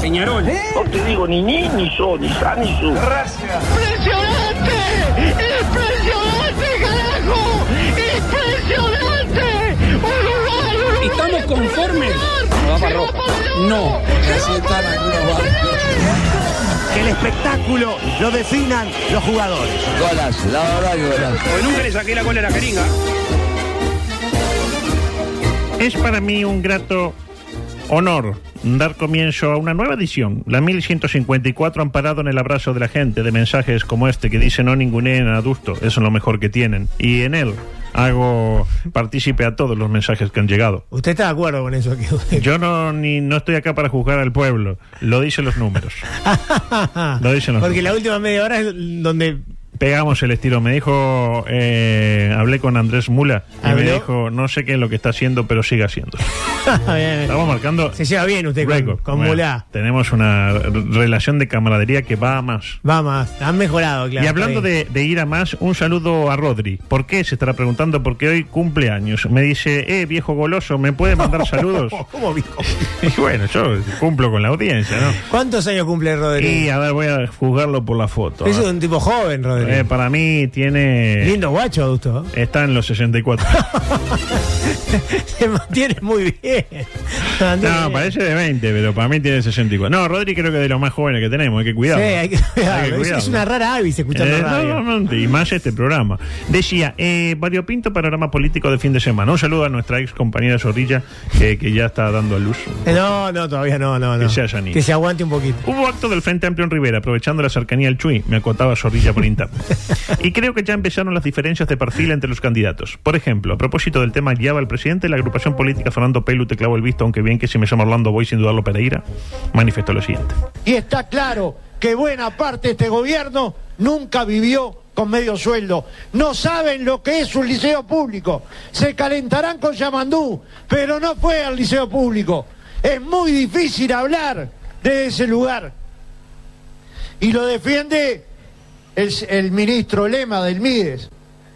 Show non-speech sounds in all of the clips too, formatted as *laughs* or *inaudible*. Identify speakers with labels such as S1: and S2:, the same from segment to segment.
S1: Peñarol.
S2: Eh.
S3: ¡Impresionante! ¡Impresionante, carajo! ¡Impresionante! ¡Uruguay, Uruguay!
S1: ¿Estamos conformes?
S3: No va para roja. No.
S4: el espectáculo lo definan los jugadores.
S1: Porque nunca le saqué la cola a la jeringa.
S5: Es para mí un grato honor dar comienzo a una nueva edición, la 1154 amparado en el abrazo de la gente, de mensajes como este que dice no ninguneen a adusto, eso es lo mejor que tienen. Y en él hago partícipe a todos los mensajes que han llegado.
S6: ¿Usted está de acuerdo con eso? Que...
S5: Yo no, ni, no estoy acá para juzgar al pueblo, lo dicen los números. *laughs* Lo dicen los
S6: Porque la última media hora es donde *laughs*
S5: Pegamos el estilo. Me dijo, eh, hablé con Andrés Mula y me
S6: ¿Habló?
S5: dijo, no sé qué es lo que está haciendo, pero sigue haciendo. Estamos marcando
S6: Ah, se lleva bien usted con,
S5: récord.
S6: con
S5: Bueno,
S6: Mulá.
S5: Tenemos una r- relación de camaradería que va a más.
S6: Va más, han mejorado, claro.
S5: y hablando
S6: está bien.
S5: de, de ir a más, un saludo a Rodri. ¿Por qué? Se estará preguntando, porque hoy cumple años. Me dice, eh, viejo goloso, ¿me puede
S6: *laughs*
S5: mandar saludos?
S6: ¿Cómo viejo?
S5: Y bueno, yo cumplo con la audiencia, ¿no?
S6: ¿Cuántos años cumple
S5: Y
S6: Rodríguez?
S5: a ver, voy a juzgarlo por la foto.
S6: Es
S5: ¿eh?
S6: un tipo joven, Rodríguez.
S5: Eh, para mí tiene...
S6: Lindo guacho, Augusto. *laughs*
S5: Está en los 64.
S6: Se mantiene muy bien. Se mantiene
S5: No,
S6: bien.
S5: parece de 20, pero para mí tiene 64. No, Rodri creo que es de los más jóvenes que tenemos, hay que
S6: Sí,
S5: cuidarlo.
S6: hay que cuidarlo.
S5: Hay que
S6: Es- Es
S5: cuidarlo.
S6: una rara avis escuchar la
S5: Eh,
S6: radio.
S5: no, no, no, y más este programa. Decía, eh, variopinto panorama político de fin de semana. Un saludo a nuestra ex compañera Zorrilla, que, que ya está dando a luz.
S6: Eh, No, no, todavía no, no, no.
S5: Que se haya ni-
S6: Que se aguante un poquito.
S5: Hubo acto del Frente Amplio en Rivera, aprovechando la cercanía al Chuy, me acotaba Zorrilla por interno. Y creo que ya empezaron las diferencias de perfil entre los candidatos. Por ejemplo, a propósito del tema guiaba el presidente, la agrupación política Fernando Pelu te clavo el visto, aunque bien que si me llama Orlando voy sin dudarlo Pereira, manifestó lo siguiente.
S4: Y está claro que buena parte de este gobierno nunca vivió con medio sueldo. No saben lo que es un liceo público. Se calentarán con Yamandú, pero no fue al liceo público. Es muy difícil hablar de ese lugar. Y lo defiende el, el ministro Lema del Mides,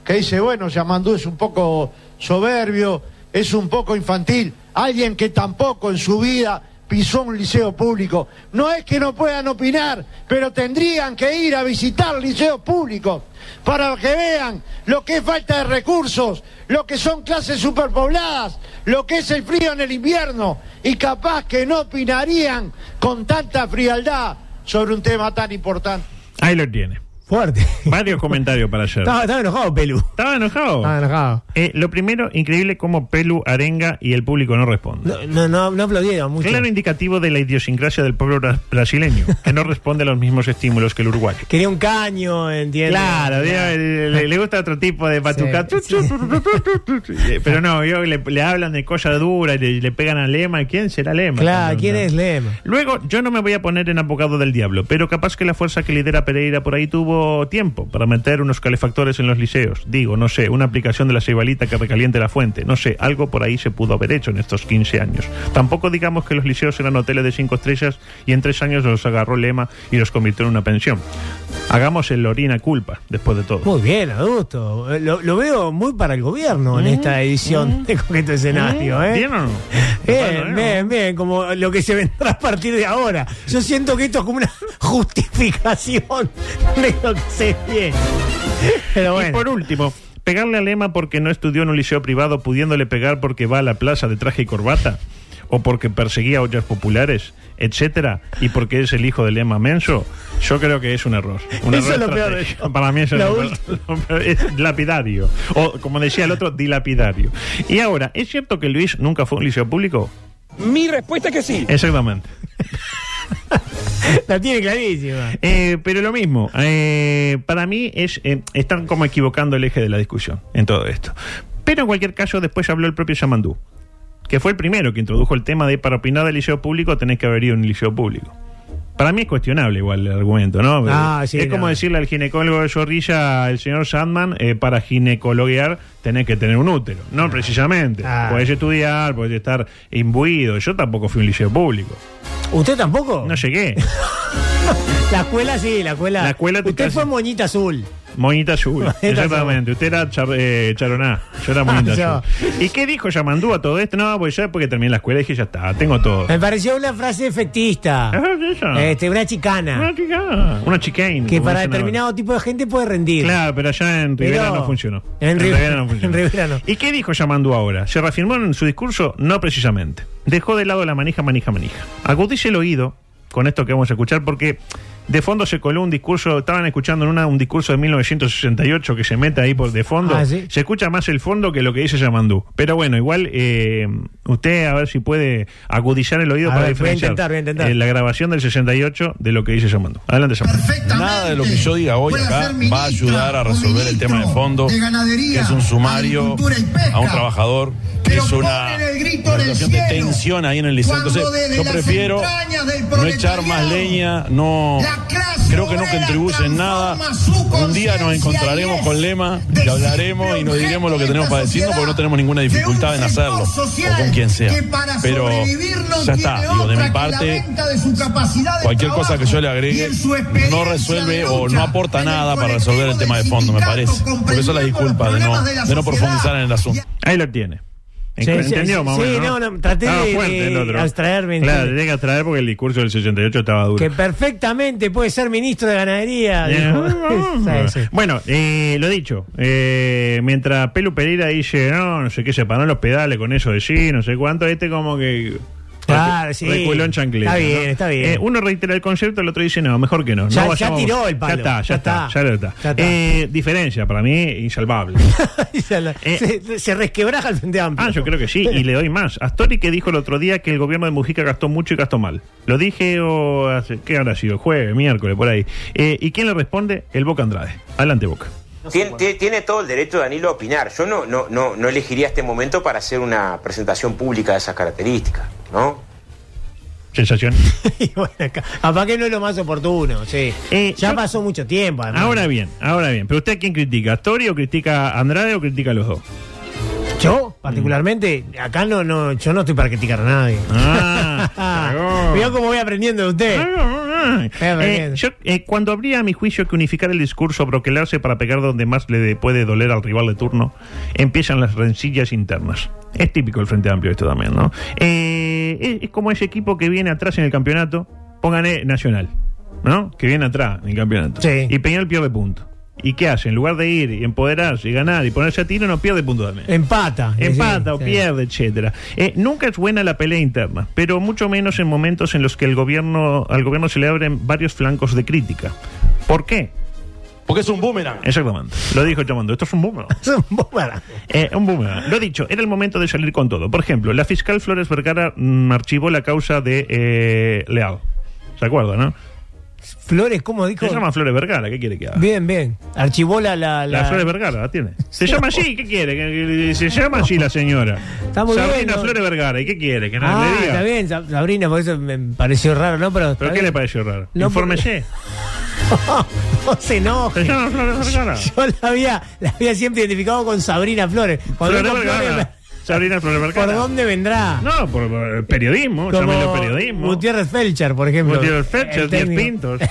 S4: que dice, bueno, Yamandú es un poco soberbio, es un poco infantil, alguien que tampoco en su vida pisó un liceo público. No es que no puedan opinar, pero tendrían que ir a visitar liceos públicos para que vean lo que es falta de recursos, lo que son clases superpobladas, lo que es el frío en el invierno, y capaz que no opinarían con tanta frialdad sobre un tema tan importante.
S5: Ahí lo tiene.
S6: Fuerte.
S5: Varios comentarios para ayer.
S6: Estaba, estaba enojado, Pelu.
S5: Estaba enojado.
S6: Estaba enojado.
S5: Eh, lo primero, increíble cómo Pelu arenga y el público no responde.
S6: No, no, no, no aplaudieron mucho.
S5: Claro indicativo de la idiosincrasia del pueblo bra- brasileño, que no responde a los mismos estímulos que el uruguayo.
S6: Quería un caño, ¿entiendes?
S5: Claro,
S6: Claro.
S5: digo, le, le gusta otro tipo de patuca.
S6: Sí, *laughs*
S5: Eh, Pero no, digo, le, le hablan de cosas duras y le, le pegan a Lema. ¿Quién será Lema?
S6: Claro,
S5: Cuando-
S6: ¿quién es Lema?
S5: Luego, yo no me voy a poner en abogado del diablo, pero capaz que la fuerza que lidera Pereira por ahí tuvo tiempo para meter unos calefactores en los liceos. Digo, no sé, una aplicación de la ceibalita que recaliente la fuente. No sé, algo por ahí se pudo haber hecho en estos 15 años. Tampoco digamos que los liceos eran hoteles de 5 estrellas y en 3 años los agarró Lema y los convirtió en una pensión. Hagamos el orina culpa, después de todo.
S6: Muy bien, adulto. Eh, Lo, lo veo muy para el gobierno
S5: Mm,
S6: en esta edición de Coqueto Escenario, ¿eh?
S5: ¿Bien o no? ¿eh?
S6: Bien, bien, bien, como lo que se vendrá a partir de ahora. Yo siento que esto es como una *laughs* justificación de lo que se viene. Pero
S5: Y
S6: bueno.
S5: por último, pegarle a Lema porque no estudió en un liceo privado, pudiéndole pegar porque va a la plaza de traje y corbata, o porque perseguía ollas populares, etcétera, y porque es el hijo de Lema Menso, yo creo que es un error. Un
S6: Eso
S5: error
S6: es lo peor de
S5: estratégico.
S6: todo.
S5: Para mí eso es
S6: Lo
S5: lo peor. *laughs* Lo peor. Es lapidario. O como decía el otro, dilapidario. Y ahora, ¿es cierto que Luis nunca fue a un liceo público?
S1: Mi respuesta es que sí.
S5: Exactamente.
S6: La tiene clarísima.
S5: Eh, pero lo mismo, eh, para mí es eh, están como equivocando el eje de la discusión en todo esto. Pero en cualquier caso, después habló el propio Yamandú, que fue el primero que introdujo el tema de para opinar del liceo público tenés que haber ido a un liceo público. Para mí es cuestionable igual el argumento, ¿no?
S6: Ah,
S5: Eh,
S6: sí,
S5: es
S6: no.
S5: como decirle al ginecólogo de Zorrilla, al señor Sandman, eh, para ginecologuear tenés que tener un útero. No, precisamente.
S6: Ah.
S5: Podés estudiar, podés estar imbuido. Yo tampoco fui a un liceo público.
S6: ¿Usted tampoco?
S5: No llegué.
S6: La escuela sí, la escuela.
S5: La escuela te
S6: Usted
S5: casi-
S6: fue moñita azul.
S5: Moñita azul,
S6: Moñita
S5: exactamente. Usted era char- eh, charoná, yo era
S6: *laughs*
S5: moñita
S6: Yo.
S5: azul. ¿Y qué dijo Yamandú a todo esto? No, pues yo porque terminé la escuela dije, ya está, tengo todo.
S6: Me pareció una frase efectista.
S5: Ah, ella.
S6: Este, una chicana.
S5: Una chica, Ah, una chicane.
S6: Que
S5: como dicen
S6: para
S5: ahora.
S6: determinado tipo de gente puede rendir.
S5: Claro, pero allá en
S6: Pero-
S5: Rivera no funcionó.
S6: en Ri- *laughs* en Rivera no.
S5: ¿Y qué dijo Yamandú ahora? ¿Se reafirmó en su discurso? No precisamente. Dejó de lado la manija, manija, manija. Agudice el oído con esto que vamos a escuchar porque de fondo se coló un discurso, estaban escuchando en una un discurso de 1968 que se mete ahí por de fondo.
S6: Ah, ¿sí?
S5: Se escucha más el fondo que lo que dice Yamandú. Pero bueno, igual eh, usted a ver si puede agudizar el oído
S6: A
S5: para
S6: ver, voy a
S5: diferenciar
S6: intentar, voy a intentar.
S5: eh, la grabación del 68 de lo que dice Yamandú. Adelante, Yamandú.
S2: Nada de lo que yo diga hoy acá va a ayudar a resolver el tema de fondo, que es un sumario a un trabajador, que es una situación de tensión ahí en el liceo. Entonces, yo prefiero no echar más leña, no creo que no contribuye en nada. Un día nos encontraremos con Lema y hablaremos y nos diremos lo que tenemos para decirnos porque no tenemos ninguna dificultad en hacerlo, o con quien sea. Pero ya está, digo, de mi parte, Cualquier cosa que yo le agregue no resuelve o no aporta nada para resolver el tema de fondo, me parece. Por eso la disculpa de no, de no profundizar en el asunto.
S5: Ahí lo tiene.
S6: Sí, sí, sí,
S5: más o
S6: sí,
S5: menos,
S6: no, no, traté
S5: Estaba
S6: de-
S5: fuerte el
S6: de
S5: otro.
S6: abstraerme,
S5: Claro,
S6: entiendo.
S5: tenía que abstraer porque el discurso del 68 estaba duro.
S6: Que perfectamente puede ser ministro de ganadería.
S5: Eh,
S6: dijo. *laughs* Sí, sí.
S5: Bueno, eh, lo dicho, eh, mientras Pelu Pereira dice, no, no sé qué, se paró los pedales con eso de sí, no sé cuánto, este como que...
S6: Claro, sí.
S5: Reculó en chancleta,
S6: Está bien,
S5: ¿no?
S6: está bien.
S5: Eh, uno reitera el concepto, el otro dice, no, mejor que no. no
S6: Ya- ya
S5: vayamos-
S6: tiró el palo.
S5: Ya está, ya,
S6: Ya
S5: está,
S6: está.
S5: ya lo está.
S6: Ya está.
S5: Eh, diferencia, para mí, insalvable.
S6: Y se, la-
S5: Eh.
S6: se- se resquebraja el frente amplio.
S5: Ah, yo creo que sí, y le doy más. Astori que dijo el otro día que el gobierno de Mujica gastó mucho y gastó mal. Lo dije o hace, ¿qué habrá sido? Jueves, miércoles, por ahí. Eh, ¿Y quién le responde? El Boca Andrade. Adelante, Boca.
S7: Tien- tie- tiene todo el derecho Danilo a opinar. Yo no, no, no, no elegiría este momento para hacer una presentación pública de esas características, ¿no?
S5: Sensación.
S6: *laughs* Y bueno, acá- capaz que no es lo más oportuno, sí.
S5: Eh,
S6: ya
S5: yo-
S6: pasó mucho tiempo, además.
S5: Ahora bien, ahora bien. ¿Pero usted a quién critica? ¿A Astori o critica a Andrade o critica a los dos?
S6: Yo, particularmente, acá no, no, yo no estoy para criticar a nadie. *laughs*
S5: Ah, cagón.
S6: Mirá cómo voy aprendiendo de usted.
S5: Eh, yo, eh, cuando habría, a mi juicio, que unificar el discurso, broquelarse para pegar donde más le de- puede doler al rival de turno, empiezan las rencillas internas. Es típico el Frente Amplio esto también, ¿no? Eh, es, es como ese equipo que viene atrás en el campeonato, pongan eh, Nacional, ¿no? Que viene atrás en el campeonato.
S6: Sí.
S5: Y Peñal pierde puntos. ¿Y qué hace? En lugar de ir y empoderarse y ganar y ponerse a tiro, no pierde puntos también.
S6: Empata.
S5: Empata o
S6: Sí, sí.
S5: pierde, etcétera. Eh, nunca es buena la pelea interna, pero mucho menos en momentos en los que el gobierno, al gobierno se le abren varios flancos de crítica. ¿Por qué?
S2: Porque es un boomerang.
S5: Exactamente. Lo dijo Chamando. Esto es un
S6: *laughs*
S5: boomerang.
S6: Es un boomerang.
S5: Eh, un boomerang. Lo dicho, era el momento de salir con todo. Por ejemplo, la fiscal Flores Vergara mm, archivó la causa de eh, Leal. ¿Se acuerda, no?
S6: Flores, ¿cómo dijo?
S5: Se llama Flores Vergara. ¿Qué quiere que haga?
S6: Bien, bien. Archivó la. la,
S5: La,
S6: la-
S5: Flores Vergara, la tiene. Se llama así, ¿qué quiere? Que- que- Se llama así la señora.
S6: Está muy
S5: Sabrina
S6: bien, ¿no?
S5: Flores Vergara, ¿y qué quiere? Que no
S6: Ah,
S5: le diga.
S6: está bien, Sa- Sabrina, por eso me pareció raro, ¿no? Pero,
S5: ¿Pero qué le pareció raro?
S6: No,
S5: Infórmese.
S6: *laughs* no se enoje.
S5: Se llama Flores Vergara.
S6: Yo la había, la había siempre identificado con Sabrina Flores. Cuando
S5: Flores
S6: dijo
S5: Vergara. Sabrina Flores
S6: *laughs* ¿por
S5: Vergara.
S6: dónde vendrá?
S5: No, por, por periodismo.
S6: Como
S5: Llámelo periodismo.
S6: Gutiérrez Felcher, por ejemplo.
S5: Gutiérrez Felcher,
S6: El
S5: Diez
S6: técnico.
S5: Pintos.
S6: *laughs*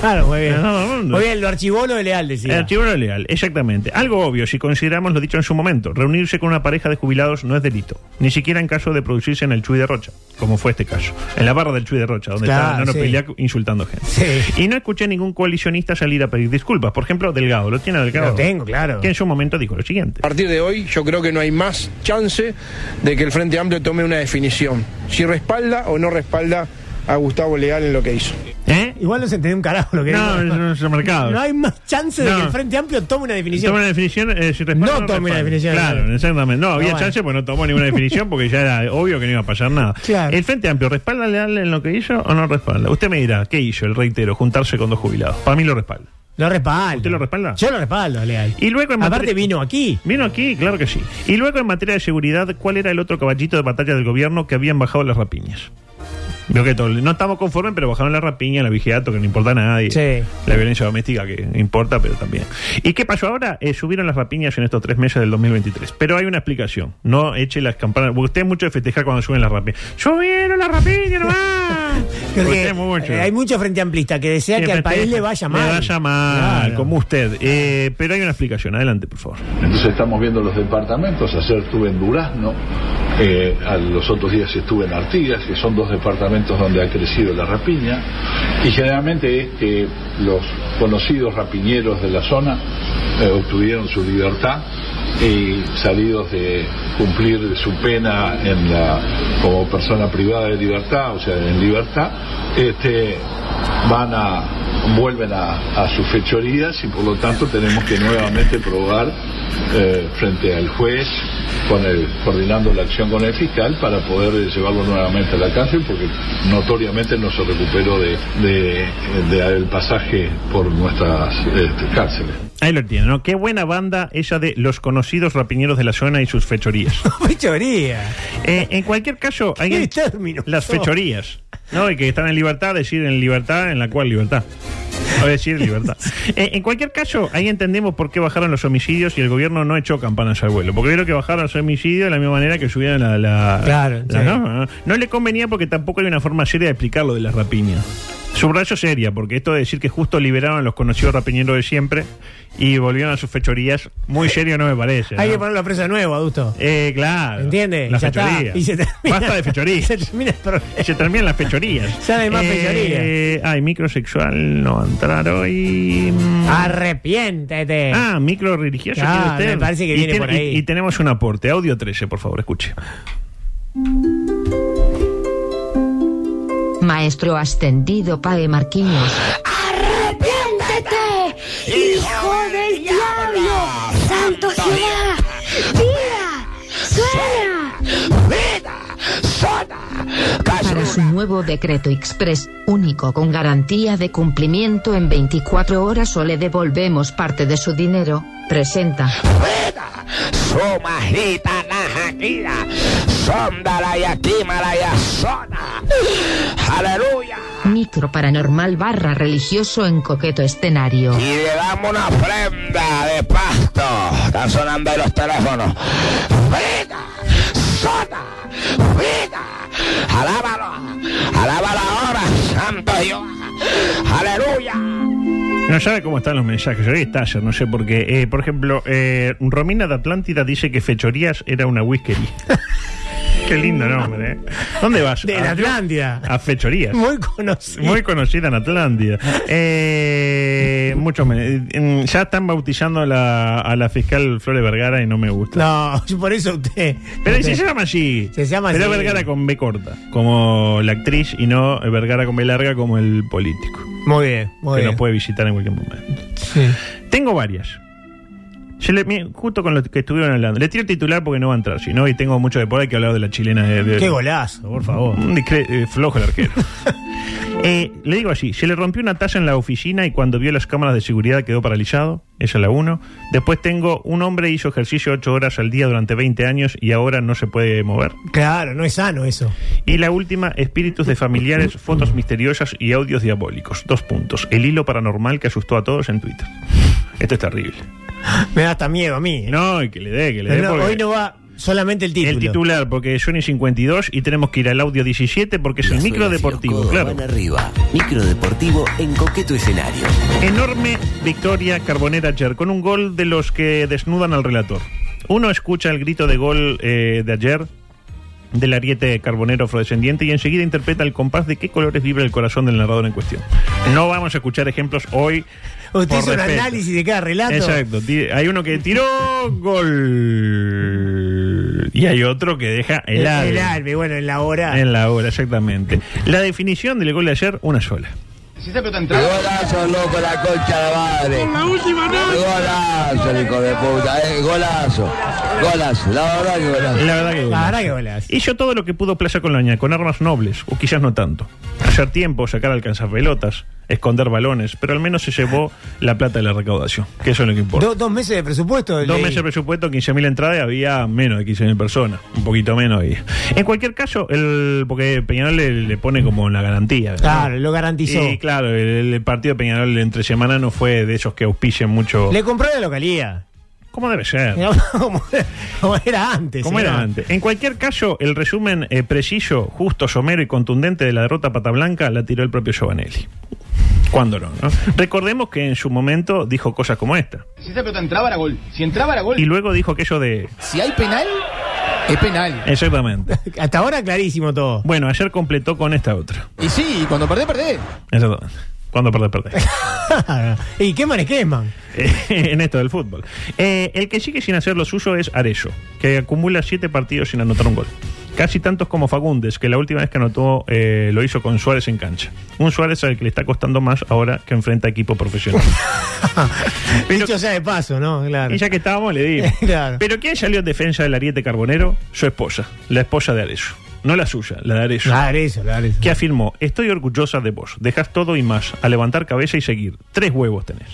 S6: Claro, muy bien.
S5: No, no, no.
S6: Muy bien, lo archivó lo de Leal, decía.
S5: El archivo era leal, exactamente. Algo obvio si consideramos lo dicho en su momento. Reunirse con una pareja de jubilados no es delito, ni siquiera en caso de producirse en el Chuy de Rocha, como fue este caso, en la barra del Chuy de Rocha, donde
S6: Claro,
S5: estaba Nano
S6: sí.
S5: Peliac insultando gente.
S6: Sí.
S5: Y no escuché ningún coalicionista salir a pedir disculpas. Por ejemplo, Delgado, ¿lo tiene Delgado?
S6: Lo tengo, claro.
S5: Que en su momento dijo lo siguiente.
S8: A partir de hoy yo creo que no hay más chance de que el Frente Amplio tome una definición, si respalda o no respalda a Gustavo Leal en lo que hizo.
S5: ¿Eh?
S6: Igual no se entendió un carajo lo que
S5: No,
S6: dijo.
S5: eso no es el mercado.
S6: No hay más chance de
S5: No.
S6: que el Frente Amplio tome una definición.
S5: Toma una definición, eh, si responde,
S6: No tome
S5: responde.
S6: la definición.
S5: Claro, exactamente. No, había
S6: bueno.
S5: chance, pues no tomó ninguna definición porque ya era obvio que no iba a pasar nada.
S6: Claro.
S5: ¿El Frente Amplio respalda a Leal en lo que hizo o no respalda? Usted me dirá, ¿qué hizo? El reitero, juntarse con dos jubilados. Para mí lo respalda.
S6: Lo respaldo.
S5: ¿Usted lo respalda?
S6: Yo lo respaldo, Leal.
S5: Y luego en
S6: Aparte
S5: materia-
S6: vino aquí.
S5: Vino aquí, claro que sí. Y luego en materia de seguridad, ¿cuál era el otro caballito de batalla del gobierno que habían bajado las rapiñas? Veo que todo- no estamos conformes, pero bajaron la rapiña, la vigiato, que no importa a nadie.
S6: Sí.
S5: La violencia doméstica, que importa, pero también. ¿Y qué pasó ahora? Eh, subieron las rapiñas en estos tres meses del 2023. Pero hay una explicación. No eche las campanas. Porque usted es mucho de festejar cuando suben las rapiñas. ¡Subieron las rapiñas
S6: *laughs*
S5: nomás!
S6: Creo
S5: Usted
S6: que,
S5: es mucho.
S6: eh, hay mucho Frente Amplista que desea que, al
S5: Siempre
S6: país
S5: te-
S6: le vaya mal.
S5: Le vaya mal,
S6: Claro.
S5: como usted. Eh, pero hay una explicación. Adelante, por favor.
S9: Entonces estamos viendo los departamentos. Ayer estuve en Durazno, eh, a los otros días estuve en Artigas, que son dos departamentos donde ha crecido la rapiña. Y generalmente es que los conocidos rapiñeros de la zona eh, obtuvieron su libertad y salidos de cumplir su pena en la, como persona privada de libertad, o sea, en libertad, este, van a vuelven a, a sus fechorías y por lo tanto tenemos que nuevamente probar eh, frente al juez con el, coordinando la acción con el fiscal para poder eh, llevarlo nuevamente a la cárcel porque notoriamente no se recuperó del de, de- del pasaje por nuestras este, cárceles.
S5: Ahí lo tiene, ¿no? Qué buena banda esa de los conocidos rapiñeros de la zona y sus fechorías.
S6: Fechoría.
S5: Eh, en cualquier caso, hay
S6: *laughs* ¿Qué términos
S5: las
S6: son?
S5: fechorías, ¿no? Y que están en libertad, decir en libertad, en la cual libertad. A decir
S6: *laughs*
S5: libertad. Eh, en cualquier caso, ahí entendemos por qué bajaron los homicidios y el gobierno no echó campanas al vuelo. Porque vieron que bajaron los homicidios de la misma manera que subieron la. la-
S6: Claro,
S5: la-
S6: sí.
S5: ¿no? No le convenía porque tampoco hay una forma seria de explicar lo de las rapiñas. Subrayo seria, porque esto de decir que justo liberaron a los conocidos rapiñeros de siempre y volvieron a sus fechorías, muy serio no me parece.
S6: Hay
S5: ¿no?
S6: que ponerlo a preso de nuevo, *laughs* adusto.
S5: Eh, claro.
S6: ¿Entiende?
S5: La
S6: Ya está.
S5: fechoría.
S6: Y se termina-
S5: Basta de fechorías.
S6: *laughs* Se termina el problema.
S5: Se terminan las fechorías.
S6: Ya no hay más
S5: Eh, ay, microsexual no va a entrar hoy. Mm.
S6: Arrepiéntete.
S5: Ah, micro religioso.
S6: Ah,
S5: ¿quiere usted?
S6: me parece que
S5: Y
S6: viene
S5: ten-
S6: por
S5: y-
S6: ahí.
S5: Y, tenemos un aporte. Audio 13, por favor, escuche.
S10: Maestro ascendido Pae Marquinhos.
S3: ¡Arrepiéntete, hijo del diablo! ¡Santo Jehová! ¡Vida! ¡Suena!
S10: Para su nuevo decreto express, único con garantía de cumplimiento en 24 horas o le devolvemos parte de su dinero, presenta. Micro paranormal barra religioso en coqueto escenario.
S1: Y le damos una prenda de pasto. Están sonando ahí los teléfonos. ¡Frida! ¡Sota! ¡Frida! ¡Alábalo! ¡Alábalo ahora, santo Dios! ¡Aleluya!
S5: No sabe cómo están los mensajes. Hoy está ayer, no sé por qué. Eh, por ejemplo, eh, Romina de Atlántida dice que fechorías era una whiskería. *laughs* qué lindo nombre, ¿eh? ¿Dónde vas?
S6: De
S5: A-
S6: la Atlántida.
S5: A fechorías.
S6: *laughs* Muy
S5: *laughs*
S6: conocido.
S5: Muy conocida en
S6: *laughs*
S5: Atlántida. Eh, muchos me- eh, ya están bautizando a la, a la fiscal Flores Vergara y no me gusta.
S6: No, por eso usted.
S5: Pero
S6: usted-
S5: si se llama así.
S6: Se llama
S5: Pero
S6: así.
S5: Vergara con B corta, como la actriz, y no Vergara con B larga como el político,
S6: Muy bien, muy
S5: que
S6: bien.
S5: nos puede visitar en cualquier momento.
S6: Sí.
S5: Tengo varias. Se le- mi- justo con lo que estuvieron hablando. Le tiro el titular porque no va a entrar, si no, y tengo mucho de por ahí que hablar de la chilena de, de-
S6: Qué golazo, por favor.
S5: Un discre- eh, flojo el arquero. *laughs* Eh, le digo así, se le rompió una taza en la oficina y cuando vio las cámaras de seguridad quedó paralizado. Esa es la uno. Después tengo, un hombre hizo ejercicio 8 horas al día durante 20 años y ahora no se puede mover.
S6: Claro, no es sano eso.
S5: Y la última, espíritus de familiares, fotos misteriosas y audios diabólicos. Dos puntos. El hilo paranormal que asustó a todos en Twitter. Esto es terrible.
S6: Me da hasta miedo a mí.
S5: No, y que le dé, que le dé.
S6: Pero no,
S5: porque-
S6: hoy no va solamente el título.
S5: El titular, porque Sony 52 y tenemos que ir al audio 17 porque es el
S11: Las
S5: micro
S11: olas y los
S5: deportivo,
S11: codos
S5: claro.
S11: Van arriba. Micro deportivo en coqueto escenario.
S5: Enorme victoria carbonera ayer, con un gol de los que desnudan al relator. Uno escucha el grito de gol eh, de ayer del ariete carbonero afrodescendiente y enseguida interpreta el compás de qué colores vibra el corazón del narrador en cuestión. No vamos a escuchar ejemplos hoy.
S6: Usted
S5: por
S6: hizo un
S5: respeto.
S6: análisis de cada relato.
S5: Exacto. Ti- Hay uno que tiró gol y hay otro que deja el,
S6: El,
S5: ave
S6: el Albi, bueno, en la hora.
S5: en la hora, exactamente. La definición del gol de ayer, una sola.
S1: Golazo, loco, la concha de la madre.
S12: Por la última, no.
S1: Golazo, el hijo de puta, eh. Golazo. Golazo, la verdad que golazo.
S5: La verdad que bolas. Hizo todo lo que pudo Plaza Colonia, con armas nobles, o quizás no tanto. Hacer tiempo, sacar alcanzar pelotas, esconder balones, pero al menos se llevó la plata de la recaudación, que eso es lo que importa.
S6: Do- dos meses de presupuesto.
S5: Dos
S6: leí.
S5: meses de presupuesto, 15.000 entradas, y había menos de 15.000 personas, un poquito menos había. En cualquier caso, el, porque Peñarol le, le pone como la garantía. ¿verdad?
S6: Claro, lo garantizó.
S5: Y claro, el, el partido de Peñarol entre semana no fue de esos que auspicien mucho.
S6: Le compró la localía.
S5: ¿Cómo debe ser?
S6: *laughs* como, como era antes.
S5: Como era
S6: señor.
S5: antes. En cualquier caso, el resumen eh, preciso, justo, somero y contundente de la derrota pata blanca la tiró el propio Giovanelli. ¿Cuándo no? no? Recordemos que en su momento dijo cosas como esta.
S13: Si esa pelota entraba era gol. Si entraba era gol.
S5: Y luego dijo aquello de.
S13: Si hay penal, es penal.
S5: Exactamente.
S6: Hasta ahora clarísimo todo.
S5: Bueno, ayer completó con esta otra.
S13: Y sí, cuando perdés, perdés.
S5: Exactamente. Cuando perdés, perdés.
S6: *laughs* y queman es queman.
S5: Eh, *laughs* en esto del fútbol. Eh, el que sigue sin hacer lo suyo es Arello, que acumula siete partidos sin anotar un gol. Casi tantos como Fagundes, que la última vez que anotó eh, lo hizo con Suárez en cancha. Un Suárez al que le está costando más ahora que enfrenta a equipo profesional.
S6: Dicho sea de paso, ¿no? Claro.
S5: Y ya que estábamos, le digo.
S6: Claro.
S5: Pero ¿quién salió en defensa del ariete carbonero? Su esposa, la esposa de Arello. No la suya, la de Arello.
S6: La Arezzo, la Arezzo.
S5: Que afirmó, estoy orgullosa de vos, dejas todo y más, a levantar cabeza y seguir. Tres huevos tenés.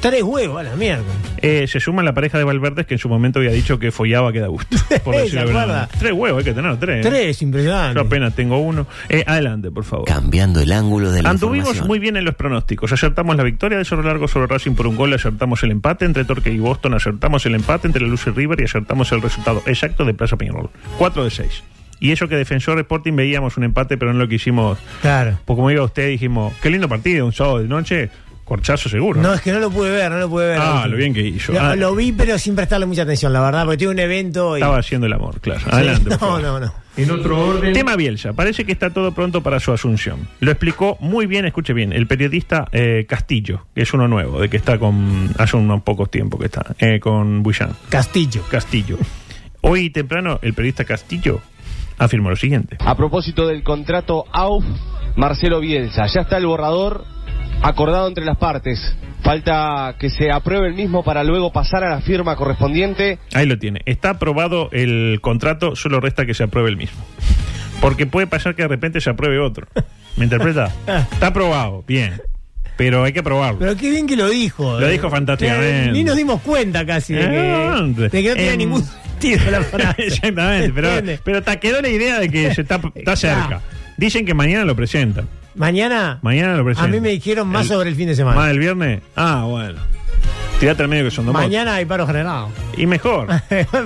S6: Tres huevos a la mierda.
S5: Eh, se suma la pareja de Valverde que en su momento había dicho que follaba que da gusto.
S6: *laughs*
S5: Por
S6: ¿Se
S5: decirlo de alguna
S6: acuerda?
S5: manera. Tres huevos, hay que tener tres.
S6: Tres,
S5: Eh. Yo
S6: impresionante.
S5: apenas tengo uno. Eh, adelante, por favor.
S11: Cambiando el ángulo de la
S5: Anduvimos
S11: información.
S5: muy bien en los pronósticos. Acertamos la victoria de Cerro Largo sobre Racing por un gol, acertamos el empate entre Torque y Boston, acertamos el empate entre la Luz y River y acertamos el resultado exacto de Plaza Peñarol. 4 de 6. Y eso que Defensor Sporting veíamos un empate, pero no lo que hicimos.
S6: Claro.
S5: Porque como iba usted, dijimos, qué lindo partido, un sábado de noche, corchazo seguro.
S6: No, es que no lo pude ver, no lo pude ver.
S5: Ah,
S6: Agustín.
S5: lo bien que hizo.
S6: Lo,
S5: Ah.
S6: lo vi, pero sin prestarle mucha atención, la verdad, porque tiene un evento y.
S5: Estaba haciendo el amor, claro.
S6: Sí, *laughs*
S5: Adelante. por
S6: No,
S5: favor.
S6: no, no.
S5: En otro orden. Tema Bielsa. Parece que está todo pronto para su asunción. Lo explicó muy bien, escuche bien, el periodista eh, Castillo, que es uno nuevo, de que está con. Hace unos pocos tiempos que está, eh, con Bullán.
S6: Castillo.
S5: Castillo. Hoy temprano, el periodista Castillo afirmó lo siguiente.
S14: A propósito del contrato AUF, Marcelo Bielsa, ya está el borrador acordado entre las partes. Falta que se apruebe el mismo para luego pasar a la firma correspondiente.
S5: Ahí lo tiene. Está aprobado el contrato, solo resta que se apruebe el mismo. Porque puede pasar que de repente se apruebe otro. ¿Me interpreta? Está aprobado, bien. Pero hay que aprobarlo.
S6: Pero qué bien que lo dijo.
S5: Lo
S6: eh.
S5: dijo fantásticamente.
S6: Eh, Ni nos dimos cuenta casi de que,
S5: Eh,
S6: de que no tenía
S5: em, *laughs*
S6: ningún *laughs* sentido la frase.
S5: Exactamente, pero,
S6: ¿Entiende? Eh,
S5: pero ta- quedó la idea de que se está, está cerca. Dicen que mañana lo presentan.
S6: Mañana
S5: Mañana lo
S6: a
S5: presentan.
S6: mí me dijeron más sobre el fin de semana.
S5: ¿Más el viernes? Ah, bueno. Tirate al medio que son dos
S6: Mañana Ah, hay paro generado. *laughs*
S5: motos. Y mejor.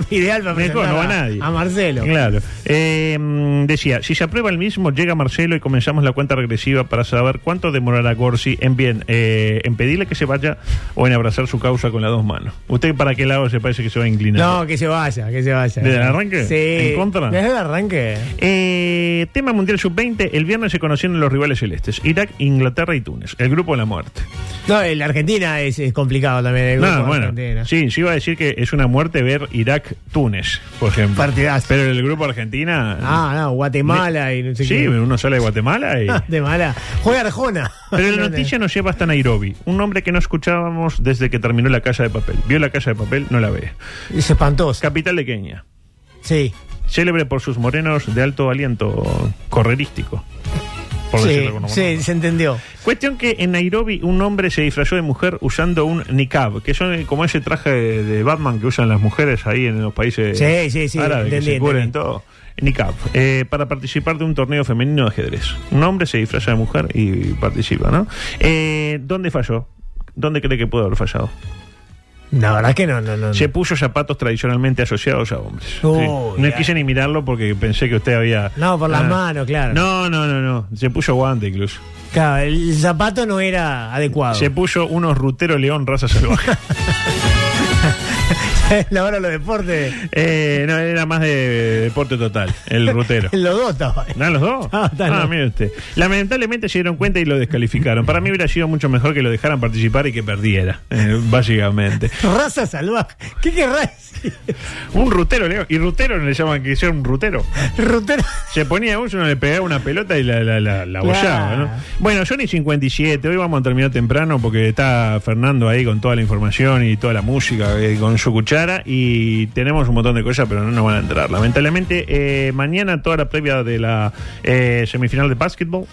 S6: Ideal
S5: Mejor,
S6: para presentar
S5: no va
S6: a-
S5: nadie.
S6: A Marcelo.
S5: Claro. Eh, mm, decía, si se aprueba el mismo, llega Marcelo y comenzamos la cuenta regresiva para saber cuánto demorará Gorsi en bien, eh, en pedirle que se vaya o en abrazar su causa con las dos manos. ¿Usted para qué lado se parece que se va a inclinar?
S6: No, que se vaya, que se vaya.
S5: ¿Desde el arranque?
S6: Sí.
S5: ¿En contra?
S6: Desde el arranque.
S5: Eh, tema Mundial Sub-20, el viernes se conocieron los rivales celestes, Irak, Inglaterra y Túnez, el grupo de la muerte.
S6: No, el Argentina es, es complicado también. El
S5: No,
S6: grupo de
S5: bueno,
S6: Argentina.
S5: sí, yo iba a decir que es una muerte ver Irak-Túnez, por ejemplo.
S6: Partidazo.
S5: Pero el grupo Argentina...
S6: Ah, no, Guatemala y no sé
S5: sí,
S6: qué.
S5: uno sale de Guatemala y...
S6: *laughs* Guatemala. Juega Arjona. *laughs*
S5: Pero la noticia nos lleva hasta Nairobi, un hombre que no escuchábamos desde que terminó la Casa de Papel. Vio la Casa de Papel, no la ve.
S6: Es espantoso.
S5: Capital de Kenia.
S6: Sí.
S5: Célebre por sus morenos de alto aliento correrístico. Por
S6: sí,
S5: decirlo de alguna manera.
S6: sí, se entendió.
S5: Cuestión que en Nairobi un hombre se disfrazó de mujer usando un niqab, que son eh, como ese traje de, de Batman que usan las mujeres ahí en los países
S6: Sí, sí, sí,
S5: árabes, que
S6: entendí,
S5: se cubren
S6: entendí.
S5: todo. Niqab, eh, para participar de un torneo femenino de ajedrez. Un hombre se disfraza de mujer y participa, ¿no? Eh, ¿Dónde falló? ¿Dónde cree que pudo haber fallado?
S6: La verdad es que no, no, no. no.
S5: Se puso zapatos tradicionalmente asociados a hombres. Sí.
S6: Uy,
S5: No
S6: ya.
S5: quise ni mirarlo porque pensé que usted había...
S6: No, por las
S5: Ah.
S6: manos, claro.
S5: No, no, no, no. Se puso guante incluso.
S6: Claro, el zapato no Ah. era adecuado.
S5: Se puso unos ruteros león raza salvaje.
S6: *laughs* la hora de los deportes.
S5: Eh, no, era más de, de deporte total, *laughs* el rutero.
S6: los dos estaban.
S5: ¿No, los dos?
S6: Ah,
S5: Ah,
S6: está bien.
S5: mire usted. Lamentablemente se dieron cuenta y lo descalificaron. Para mí hubiera sido mucho mejor que lo dejaran participar y que perdiera, eh, básicamente.
S6: Raza salvaje. ¿Qué querrá decir?
S5: Un rutero, Leo. Y rutero no le llaman que sea un rutero.
S6: Rutero.
S5: Se ponía uno, le pegaba una pelota y la, la, la, la abollaba, ¿no? Bueno, Johnny 57. Hoy vamos a terminar temprano porque está Fernando ahí con toda la información y toda la música, eh, con su cuchara. Y tenemos un montón de cosas, pero no nos van a entrar. Lamentablemente, eh, mañana toda la previa de la eh, semifinal de básquetbol.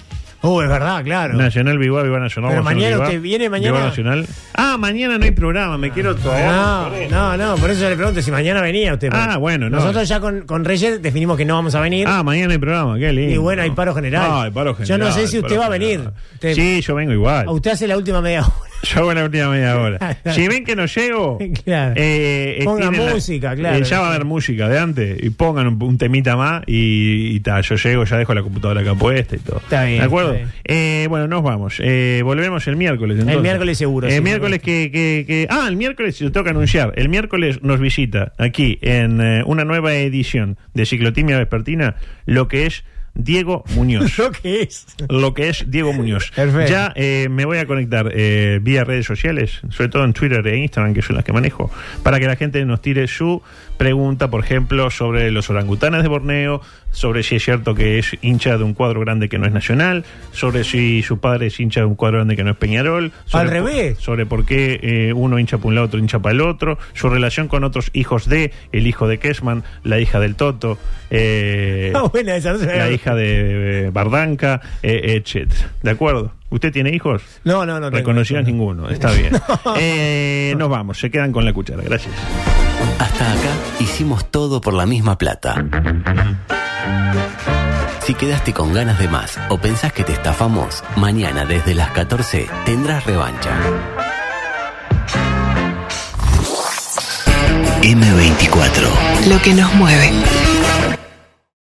S6: Oh, es verdad, claro.
S5: Nacional Vigua, Vigua Nacional.
S6: Pero
S5: Nacional
S6: mañana
S5: Vigua,
S6: usted viene, mañana- Ah,
S5: Vigua Nacional. Ah, mañana no hay programa, me quiero
S6: No,
S5: todavía.
S6: no, no, por eso le pregunto si mañana venía usted.
S5: Ah, bueno, no.
S6: Nosotros ya con, con Reyes definimos que no vamos a venir.
S5: Ah, mañana hay programa, qué lindo.
S6: y bueno, hay paro general.
S5: Ah, hay paro general.
S6: Yo no sé si
S5: hay
S6: usted va
S5: paro
S6: a venir.
S5: general.
S6: Usted-
S5: Sí, yo vengo igual.
S6: a usted hace la última media hora. *laughs*
S5: *laughs* Yo hago la última media hora. si ven que no llego,
S6: Claro.
S5: eh,
S6: Ponga
S5: estiren la-
S6: música, claro.
S5: eh, ya va a haber música de antes. Y pongan un, un temita más y, y ta, yo llego, ya dejo la computadora acá puesta y todo.
S6: Está bien,
S5: ¿De acuerdo?
S6: está bien.
S5: Eh, bueno, nos vamos. Eh, volvemos el miércoles. entonces.
S6: El miércoles seguro,
S5: El
S6: sí,
S5: miércoles que, que- que- Ah, el miércoles lo tengo que anunciar. El miércoles nos visita aquí en eh, una nueva edición de Ciclotimia Vespertina, lo que es Diego
S6: *laughs*
S5: Muñoz
S6: Lo que es.
S5: lo que es Diego Muñoz.
S6: Perfecto.
S5: Ya eh, me voy a conectar eh, vía redes sociales, sobre todo en Twitter e Instagram, que son las que manejo, para que la gente nos tire su pregunta, por ejemplo, sobre los orangutanes de Borneo, sobre si es cierto que es hincha de un cuadro grande que no es nacional, sobre si su padre es hincha de un cuadro grande que no es Peñarol. sobre
S6: Al
S5: por-
S6: revés.
S5: sobre por qué eh, uno hincha para un lado, otro hincha para el otro, su relación con otros hijos de, el hijo de Kesman, la hija del Toto.
S6: *laughs*
S5: eh,
S6: Ah, buena esa, no se me
S5: la
S6: había-
S5: hija de eh, Bardanca, eh, etc. ¿De acuerdo? ¿Usted tiene hijos?
S6: No, no, no. tengo.
S5: Reconocidos ninguno,
S6: *laughs*
S5: está bien. Eh, nos vamos, se quedan con la cuchara, gracias.
S11: Hasta acá hicimos todo por la misma plata. Si quedaste con ganas de más o pensás que te estafamos, mañana desde las 14 tendrás revancha. M24.
S15: Lo que nos mueve.